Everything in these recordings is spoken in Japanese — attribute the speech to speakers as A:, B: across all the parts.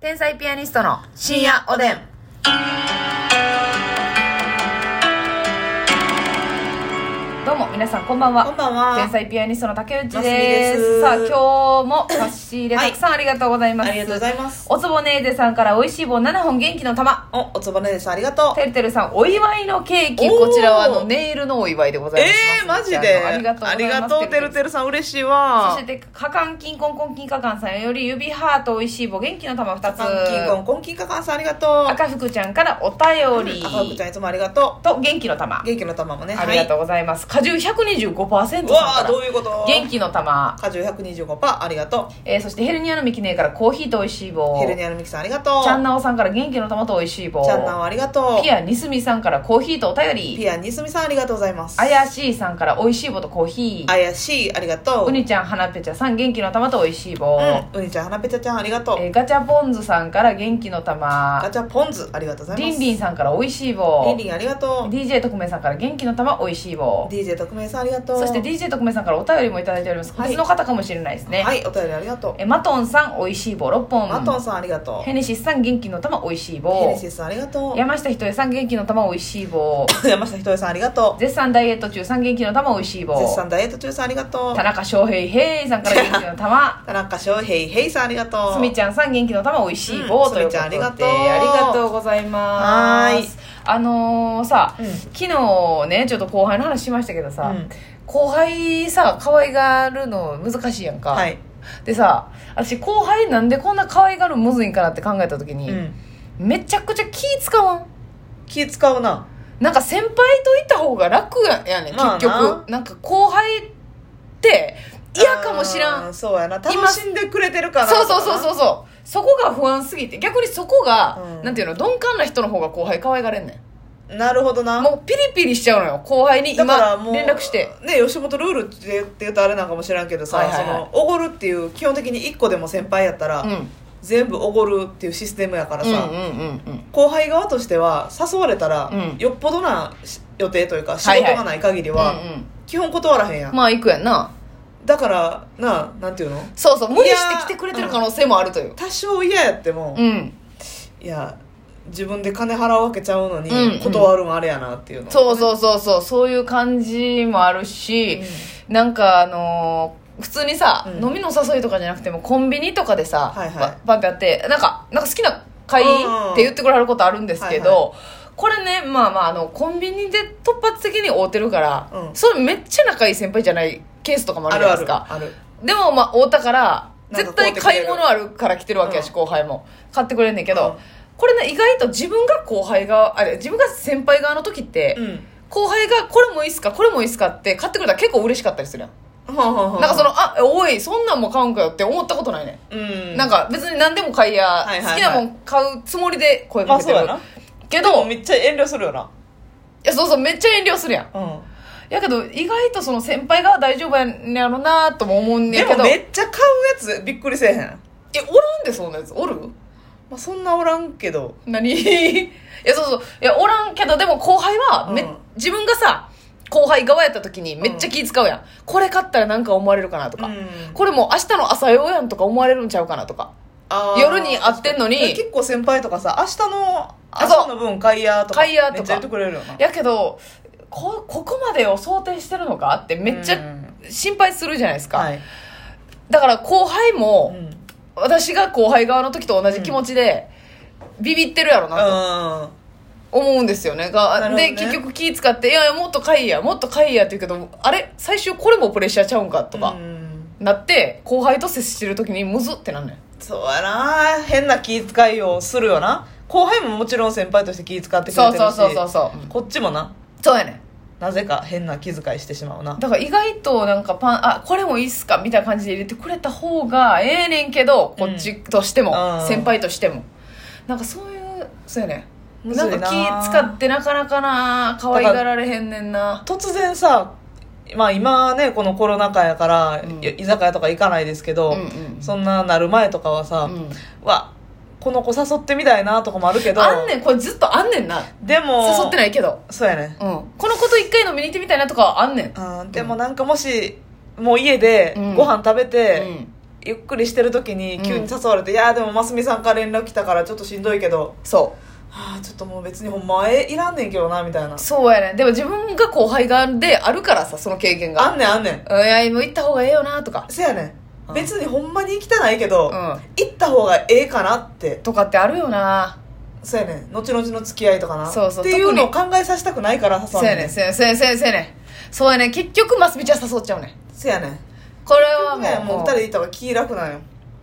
A: 天才ピアニストの深夜おでん。どうも皆さんこんばんは。
B: こんばんは
A: 天才ピアニストの竹内です。
B: ますみです
A: さあ今日も差し入れたくさんありがとうございます。
B: ありがとうございます。
A: おつぼねーぜさんから美味しい棒7本元気の玉。
B: お、おつばねです。ありがとう。
A: てるてるさんお祝いのケーキ
B: おー
A: こちらはあのネイルのお祝いでござい
B: え
A: ます。
B: えー、マジで。
A: ありがとうございます。
B: ありがとう、てるてるさん、嬉しいわ
A: そ。して、カカンキンコンコンキンカカンさんより指ハート美味しい棒元気の玉2つ。
B: パンキンコン、コンキンカカンさん、ありがとう。
A: 赤福ちゃんからお便り。
B: 赤福ちゃん、いつもありがと
A: と元気の玉
B: う。。元気の玉もね。
A: ありがとう
B: う。
A: ございます。果汁125%さん
B: うわ
A: か
B: ー、
A: ら
B: どういうこと
A: 元気の玉。
B: 果汁125%、ありがと。
A: えーそしてヘルニアのミキネからコーヒーと美味しいう棒。
B: ヘルニアのミキさん、ありがとう。
A: ちゃんなおさんから元気の玉と美味しい棒。
B: ちゃんなん、ありがとう。
A: ピアニスミさんからコーヒーとお便り。
B: ピア、にすみさん、ありがとうございます。
A: あやしいさんから美味しい棒とコーヒ
B: あ
A: ー。
B: やしい、ありがとう。
A: うにちゃん、はなぺちゃさん元気の玉と美味しい棒。
B: うん。うにちゃん、はなぺちゃちゃん、ありがとう。
A: えーガチャポンズさんから元気の玉
B: ガ。チャポン酢、ありがとうございます。
A: リンリンさんから美味しい
B: リ
A: 棒
B: ンリンありがとう。
A: DJ 特命さんから元気の玉美味しい棒
B: DJ 特命さん、ありがとう。
A: そして DJ 特命さんからお便りもいただいております
B: はい
A: 別の方かもしれないですね、
B: はい、お便りありがとう。
A: えマトンさん美味しい棒6本
B: マトンさんありがとう。
A: ヘ
B: ヘ
A: ネシスさん元気の玉美味しい棒
B: ネシスさんありがとう。
A: 山下ひとえさん元気の玉美味しい棒
B: 山下ひとえさんありがと。
A: 絶賛ダイエット中さん元気の玉美味しいう棒
B: 絶賛ダイエット中さんありがとう
A: 田。中翔平へいさんから元気の 玉
B: 田中翔平平さんありがとう。
A: すみちゃんさん元気の玉美味しい棒、
B: うん
A: ということ
B: すみちゃんありが
A: で
B: とう
A: ありがとうございます
B: はーい
A: あのーさ、
B: うん
A: 昨日ねちょっと後輩の話しましたけどさ、
B: うん
A: 後輩さ可愛がるの難しいやんか、
B: はい。
A: でさ私後輩なんでこんな可愛がるのむずいんかなって考えた時に、
B: うん。
A: めちゃくちゃ気使わん
B: 気使うな。
A: なんか先輩といた方が楽やねん結
B: まあな
A: 局、なんか後輩って嫌かもしら
B: あ
A: ん
B: ー。そうやな。楽
A: 今
B: しんでくれてるかな。
A: そうそうそうそうそうそこが不安すぎて逆にそこが、
B: うん
A: なんていうの鈍感な人の方が後輩可愛がれんね
B: う。なるほどな。
A: んもうピリピリしちゃうのよ後輩に今
B: だからもう
A: 連絡して
B: ね吉本ルールって言うって言うとあれなんかもしらんけど
A: はい
B: さ
A: はいはい
B: そのおごるっていう基本的に1個でも先輩やったら、
A: うん
B: 全部おごるっていうシステムやから
A: うんう
B: さ、
A: んうんうん
B: 後輩側としては誘われたら、
A: うん
B: よっぽどなし予定というか仕
A: はい
B: 事
A: はい
B: がない限りは、
A: うん
B: 基本断らへんや、
A: うんんまあ行くやんな
B: だからなあなんていうの
A: そうそう無理して来てくれてる可能性もあるという
B: 多少嫌やっても
A: う、ん
B: いや自分で金払うわけちゃうのに、
A: うんうん
B: 断るんあれやなっていうの
A: そうそうそうそうそういう感じもあるし、なんかあのー普通にさ、
B: うん
A: 飲みの誘いとかじゃなくてもコンビニとかでさ、
B: はいはい
A: ばバンってやってなんかなんか好きな会
B: うん
A: って言ってくれはることあるんですけど、
B: はい
A: これねまあまああのコンビニで突発的に会うてるから、
B: うん
A: それめっちゃ仲いい先輩じゃないケースとかもあ
B: あ
A: るじゃ
B: る
A: な
B: あ
A: いです
B: る
A: か
B: ある
A: でもまあ会うたから
B: なん
A: 絶
B: か買
A: 対
B: うてくれる
A: 買い物あるから来てるわけやし、
B: うん
A: 後輩も買ってくれんねんけど、
B: うん
A: これね意外と自分が後輩側あれ自分が先輩側の時って、
B: うん
A: 後輩がこれもいいっすかこれもいいっすかって買ってくれたら結構嬉しかったりするやん、
B: はあはあはあ
A: なんかそのあおいそんなんも買うんかよって思ったことないね、
B: うん
A: ん、なんか別に何でも買いや、
B: いはいはい
A: 好きなもん買うつもりで声
B: ま
A: か
B: あ
A: け
B: そ
A: て
B: う
A: る、
B: やな
A: け
B: でも
A: どい
B: めっちゃ遠慮するよな
A: やそうそうめっちゃ遠慮するやん
B: うん
A: やけど意外とその先輩が大丈夫やねやろなとも思うん
B: で
A: やけ
B: も
A: ど
B: め
A: え
B: っちゃ買うやつびっくりせえへん、ま
A: おらんでそんなやつおる
B: あ、そんなおらんけど
A: 何 いやそうそういやおらんけどでも後輩はめ、
B: うん
A: 自分がさ後輩側やった時にめっちゃ気使うやん、これ買ったらなんか思われるかなとか、
B: うん
A: これもう明日の朝用やんとか思われるんちゃうかなとか
B: あー
A: 夜に会ってんのに
B: 確か結構先輩とかさ明日の
A: あそう
B: 朝の分買いやとか
A: 買いやとか
B: めっちゃ言ってくれるよな
A: やけどこここまでを想定してるのかってめっち
B: う
A: ゃ
B: ん
A: 心配するじゃないですか、
B: はい、
A: だから後輩
B: う
A: も
B: ん、
A: 私が後輩側の時と同じ気持ちでビビってるやろなと
B: あ
A: 思うんですよねが
B: なるほど
A: で
B: ね
A: 結局気使って「いやいやもっと買いやもっと買いや」って言うけどあれ最終これもプレッシャーちゃうんかと
B: と
A: か、なって後輩と接してる時にむずってなんねん
B: そうやな変な気遣いをするよな後輩ももちろん先輩として気遣ってく
A: そ
B: れ
A: う
B: てるし
A: そうそうそうそううん
B: こっちもな
A: そうやねん
B: なぜか変な気遣いしてしまうな
A: だから意外となんかパン、あ、これもいいっすかみたいな感じで入れてくれた方がええねんけど、こっちとしても、
B: うん
A: 先輩としても。なんかそういう、そうやね。
B: む
A: な
B: ず
A: ん
B: い
A: か
B: な
A: 気使ってなかなかな、可愛がられへんねんな。
B: 突然さまあ今ねこのコロナ禍やから、
A: うん
B: 居酒屋とか行かないですけど、
A: うんうん
B: そんななる前とかはさ、
A: うん
B: わこの子誘ってみたいなとかもあるけど
A: あんねん、これずっとあんねんな。
B: でも
A: 誘ってないけど。
B: そうやね
A: うん。この子と一回飲みに行ってみたいなとかはあんねん。
B: あーでもなんかもしもう家で
A: うん
B: ご飯食べて、
A: うん
B: ゆっくりしてる時に急に誘われて「いやーでもますみさんから連絡来たからちょっとしんどいけど、
A: そ
B: はあ、ちょっともう別にほんまえいらんねんけどな」みたいな
A: うそうやねでも自分が後輩側であるからさその経験が
B: あんねんあんねん
A: うんいやもう行った方がええよなとか
B: せやね
A: うん
B: ん別にほんまに行きたないけど、
A: うん
B: 行った方がええかなって
A: とかってあるよな
B: そうやねん後々の付き合いとかな
A: そうそう
B: っていうのを考えさせたくないから誘
A: そうやねんそうやねんそうやねんそうやねんそうやねんそうやねん結局マスミちゃん誘っちゃうねん
B: せやねん
A: これは
B: ね
A: もう
B: もう二人で行った方が気楽なんよ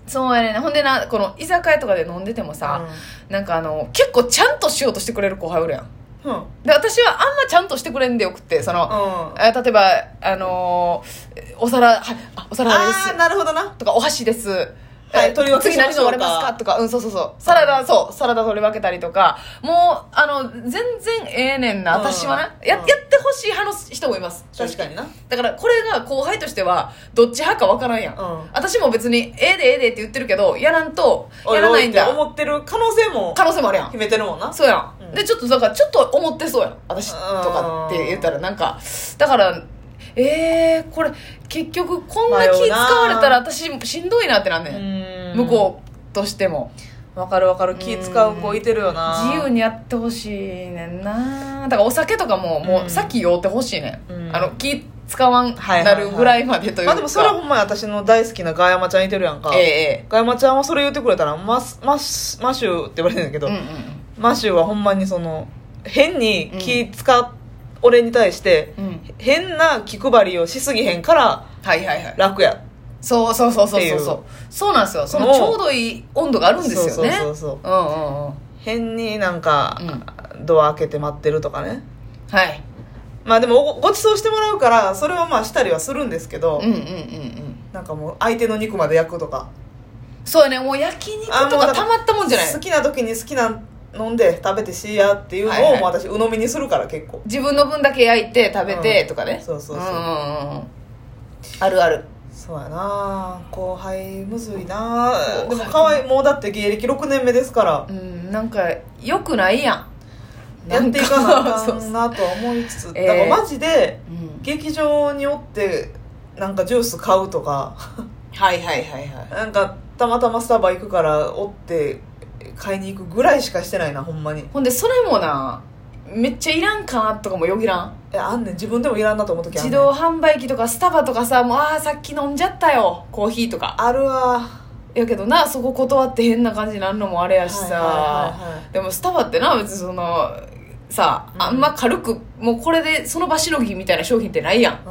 A: そうやねんほんでなこの居酒屋とかで飲んでてもさ、なんかあの結構ちゃんとしようとしてくれる後輩おるやん
B: うんうん
A: で私はあんまちゃんとしてくれんでよくってその、
B: あ
A: あ例えばあのーお皿はいあお皿で
B: あー
A: す
B: なるほどな
A: とかお箸です
B: はい
A: え
B: 取り分け
A: 次何
B: しましょう
A: 取れ
B: か
A: ますかとかうんそうそうそうサラダそうサラダ取り分けたりとかもうあの全然ええねんな
B: うん
A: 私はな、やや
B: うん
A: ってほしい派の人もいます
B: 確かにな
A: だからこれが後輩としてはどっち派かわからんやん、
B: うん
A: 私も別にええでええでって言ってるけどやらんとやらないん
B: おいおいって
A: だ
B: 思ってる可能性も
A: 可能性もあるやん
B: 秘めてるもんな
A: そうやん、
B: うん
A: でちょっとだからちょっと思ってそうやん私と
B: うん
A: かって言ったらなんかだからえー、これ結局こんな気
B: 迷
A: 使
B: うな
A: われたら私しんどいなってなんね、ん、向こうとしても
B: うわかるわかる気使う子いてるよな
A: 自由にやってほしいねんなだからお酒とかもも
B: うん
A: う先酔ってほしいねん、
B: うん
A: あの気使わん
B: はいは
A: ない
B: はい
A: るぐらいまでというか、
B: まあでもそれはほんまに私の大好きなガヤマちゃんいてるやんか、
A: えええ
B: ガヤマちゃんはそれ言ってくれたらマスマスマシューって言われてるんだけ
A: え
B: ど、
A: うんうん
B: マシューはほんまにその変に気使っ、俺に対して
A: うん
B: 変な気配りをしすぎへんから
A: はいはいはい
B: 楽や
A: そうそうそうそうそうそ
B: っ
A: うそうなんですよその
B: もう
A: ちょうどいい温度があるんですよね
B: そうそうそうそう
A: うんうんうん
B: 変になんか、
A: う
B: ドア開けて待ってるとかね
A: はい
B: まあでもごごちそうしてもらうからそれはまあしたりはするんですけど、
A: うんうんうんうん
B: なんかもう相手の肉まで焼くとか
A: そうやねもう焼肉
B: あ
A: と
B: もう
A: か
B: だから
A: たまったもんじゃない
B: 好きな時に好きな飲んで食べてしやっていうのを、
A: はいはい
B: もう私鵜呑みにするから結構
A: 自分の分だけ焼いて食べてとかね、
B: うんそうそうそうん
A: んんうんあるある
B: そうやな後輩むずいな
A: 後輩
B: でも可愛いもうだって芸歴6年目ですから
A: うんなんかよくないやん
B: やっていかなあ
A: そ
B: か
A: うそ
B: ん
A: う
B: なとは思いつつ、
A: えー
B: だからマジで
A: うん
B: 劇場におってなんかジュース買うとか
A: はいはいはいはい
B: なんかたまたまスタバ行くからおって買いに行くぐらいしかしてないなほんまに
A: ほんでそれもなめっちゃいらんかなとかもよぎらん
B: えあんねん自分でもいらんなと思う時あんね
A: 自
B: ん
A: 動販売機とかスタバとかさもうあーさっき飲んじゃったよコーヒーとか
B: あるわ
A: やけどなそこ断って変な感じになるのもあれやしさ、
B: はいはいはいはい
A: でもスタバってな別にそのさ
B: うん
A: あんま軽くもうこれでその場しのぎみたいな商品ってないやん
B: う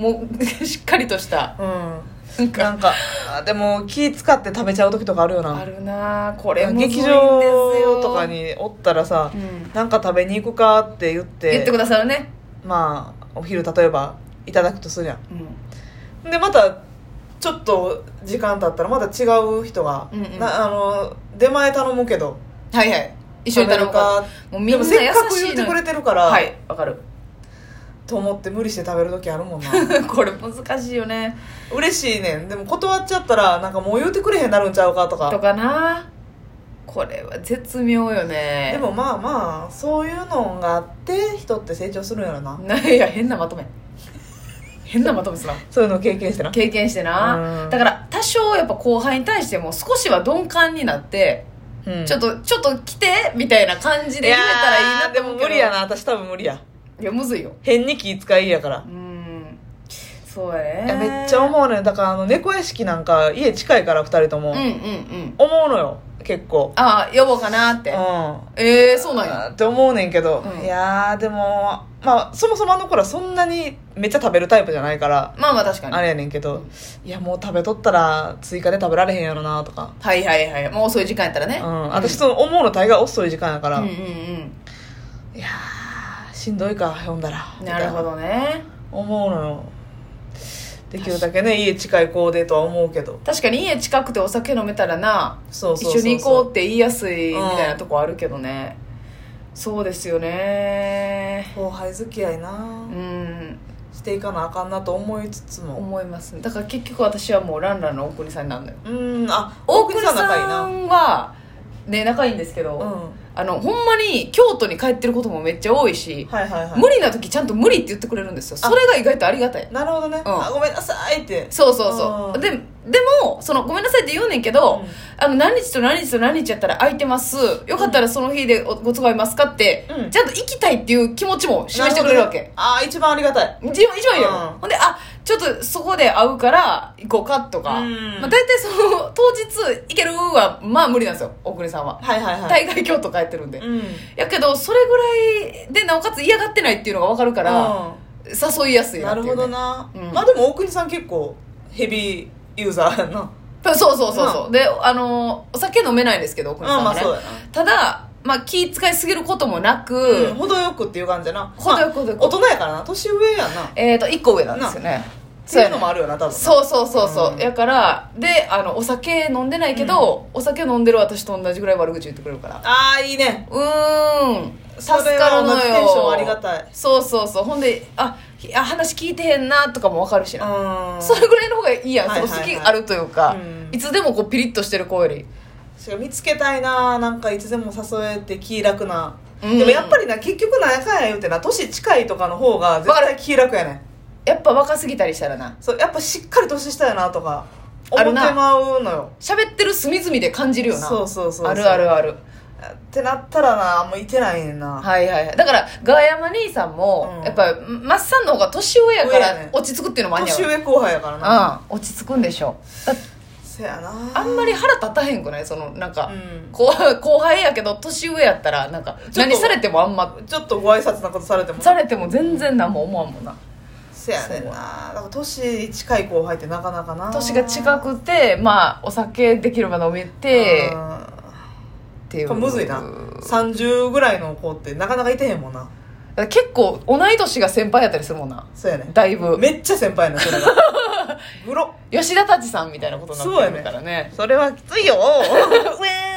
B: ん
A: もう しっかりとした
B: うん、なんかあでも気使って食べちゃう時とかあるよ
A: あ
B: な
A: るなこれもそ
B: 劇
A: うですよ
B: 場とか、におったらさ
A: う、ん
B: なんか食べに行くかって言って
A: 言ってくださるね、
B: まあお昼例えばいただくとするや
A: うん
B: でまたちょっと時間経ったらまた違う人が、
A: うんうん
B: なあの出前頼むけど
A: ん、はいはい一緒に頼むかもうみ
B: で
A: ん
B: も
A: な優し
B: せっかく言っ
A: いの
B: て
A: よ
B: くれてるから、
A: はいわかる
B: と思って無理して食べる時あるもんな
A: これ難しいよね
B: 嬉しいねんでも断っちゃったらなんかもう言うてくれへんなるんちゃうかとか
A: とかなこれは絶妙よね
B: でもまあまあそういうのがあって人って成長するんやろな
A: ないや変なまとめ変なまとめすな
B: そういうのを経験してな
A: 経験してな、
B: うん
A: だから多少やっぱ後輩に対しても少しは鈍感になって、ちょっ
B: と
A: とちょっと来てみたいな感じで言えたらいいなって
B: で
A: 思
B: も
A: うけど
B: 無理やな私多分無理や
A: いやむずいよ
B: 変に気遣いやから
A: う、んそうやね
B: いやめっちゃ思うねんだからあの猫屋敷なんか家近いから2人とも、
A: うんうんうん
B: 思うのよ結構
A: ああ呼ぼうかなっ
B: う
A: て
B: ん
A: ええー、そうなんや
B: あーって思うねんけど、
A: うん
B: いやーでもまあそもそもあの頃はそんなにめっちゃ食べるタイプじゃないから
A: まあまあ確かに
B: あれやねんけどいやもう食べとったら追加で食べられへんやろなとか
A: はいはいはいもう遅い時間やったらね
B: うん、私その思うの大概遅い時間やから、
A: うんうん
B: いやーしんどいか読んだら
A: うんなるほ
B: み
A: どね
B: たいな思うのよできるだけね家近い子でとは思うけど
A: 確かに家近くてお酒飲めたらな
B: そうそう
A: 一
B: そうそう
A: 緒に行こうって言いやすいみたいなとこあるけどね、そうですよね
B: 後輩付き合いな
A: うん
B: していかなあかんなと思いつつも
A: 思いますねだから結局私はもうランランの大国さんになるのよ
B: うんあ
A: 大国さん
B: 仲いいな
A: はね仲いいんですけど、
B: うん
A: あのほんまに京都に帰ってることもめっちゃ多いし、
B: はいはいは
A: 無理な時ちゃんと無理って言ってくれるんですよ
B: あ
A: それが意外とありがたい
B: いなるほどね、
A: うん
B: あごめんなさいって
A: そうそうそううんででもそのごめんなさいって言うねんけど、
B: うん
A: あの何日と何日と何日やったら空いてますよかったらその日でおご都合いますかって、
B: うん
A: ちゃんと行きたいっていう気持ちも示してくれるわ
B: な
A: け
B: ほどああ一番ありがたい
A: 一番一番いいよ、
B: うん
A: ほんであちょっとそこで会うから行こうかとか、
B: うん
A: まあ、大体その当日行けるはまあ無理なんですよ大栗さんは、
B: はいはいはい
A: 大概京都帰ってるんで、
B: うん
A: やけどそれぐらいでなおかつ嫌がってないっていうのが分かるから、誘いやす
B: う
A: い
B: ん、
A: な
B: な
A: ってい
B: る
A: う、ね、
B: ほどな、
A: うん
B: まあでも大国さん結構ヘビーユーザーやな
A: そうそうそうそう、であのお酒飲めないんですけど奥
B: うん
A: 野さんは
B: まあ
A: ね、
B: そうや
A: ただ、まあ、気使いすぎることもなく、
B: な、うん、程よくっていう感じやな
A: 程よく程よく
B: まあ大人やからな年上やなっ
A: えっ、と1個上なんですよね
B: ていう
A: やね
B: のもあるよな多分な
A: そうそうそうそう、
B: うん
A: やからであのお酒飲んでないけど、お酒飲んでる私と同じぐらい悪口言ってくれるから
B: ああいいね
A: うーん助
B: それ
A: か
B: は
A: る
B: 同
A: の
B: じ
A: よ
B: テンションありがたい
A: そうそうそうほんであひあ話聞いてへんなとかも分かるしな、
B: うん
A: それぐらいの方がいいやん、
B: はいはいはい
A: その好きあるというか、
B: うん
A: いつでもこうピリッとしてる子より
B: しかも見つけたいななんかいつでも誘えて気楽な、
A: うん
B: でもやっぱりな結局なんやかんや言うてな年近いとかの方が絶対気楽やねん
A: やっぱ若すぎたりしたらな
B: そうやっぱしっかり年下やなとか思
A: あ
B: っ
A: る
B: て
A: な
B: まうのよ
A: 喋ってる隅々で感じるよな
B: そうそうそうそう
A: あるあるある
B: ってなったらなあんまいてないねんな、
A: はいはいはいだからガーヤマ兄さんも、
B: うん
A: やっぱマッサンの方が年上やか
B: 上や
A: ら
B: ね
A: 落ち着くっていうのもあんねや
B: 年上後輩やからな、
A: ろうん落ち着くんでしょだって
B: せやな
A: あんまり腹立たへんくないそのなんか、
B: うん
A: 後 後輩やけど年上やったらなんか
B: と
A: 何されてもあんま
B: ちょっとご挨拶なことされても
A: されても全然何も思わんもんな
B: せやねんなだから年近い後輩ってなかなかな
A: 年が近くてまあお酒できれば飲めて
B: うん
A: っていう
B: これむずいな30ぐらいの子ってなかなかいてへんもんな
A: だから結構同い年が先輩やったりするもんな
B: そうやね
A: だいぶ
B: めっちゃ先輩やねんそれがグロ
A: 吉田達さんみたいなことになってくるからね
B: それはきついよウェー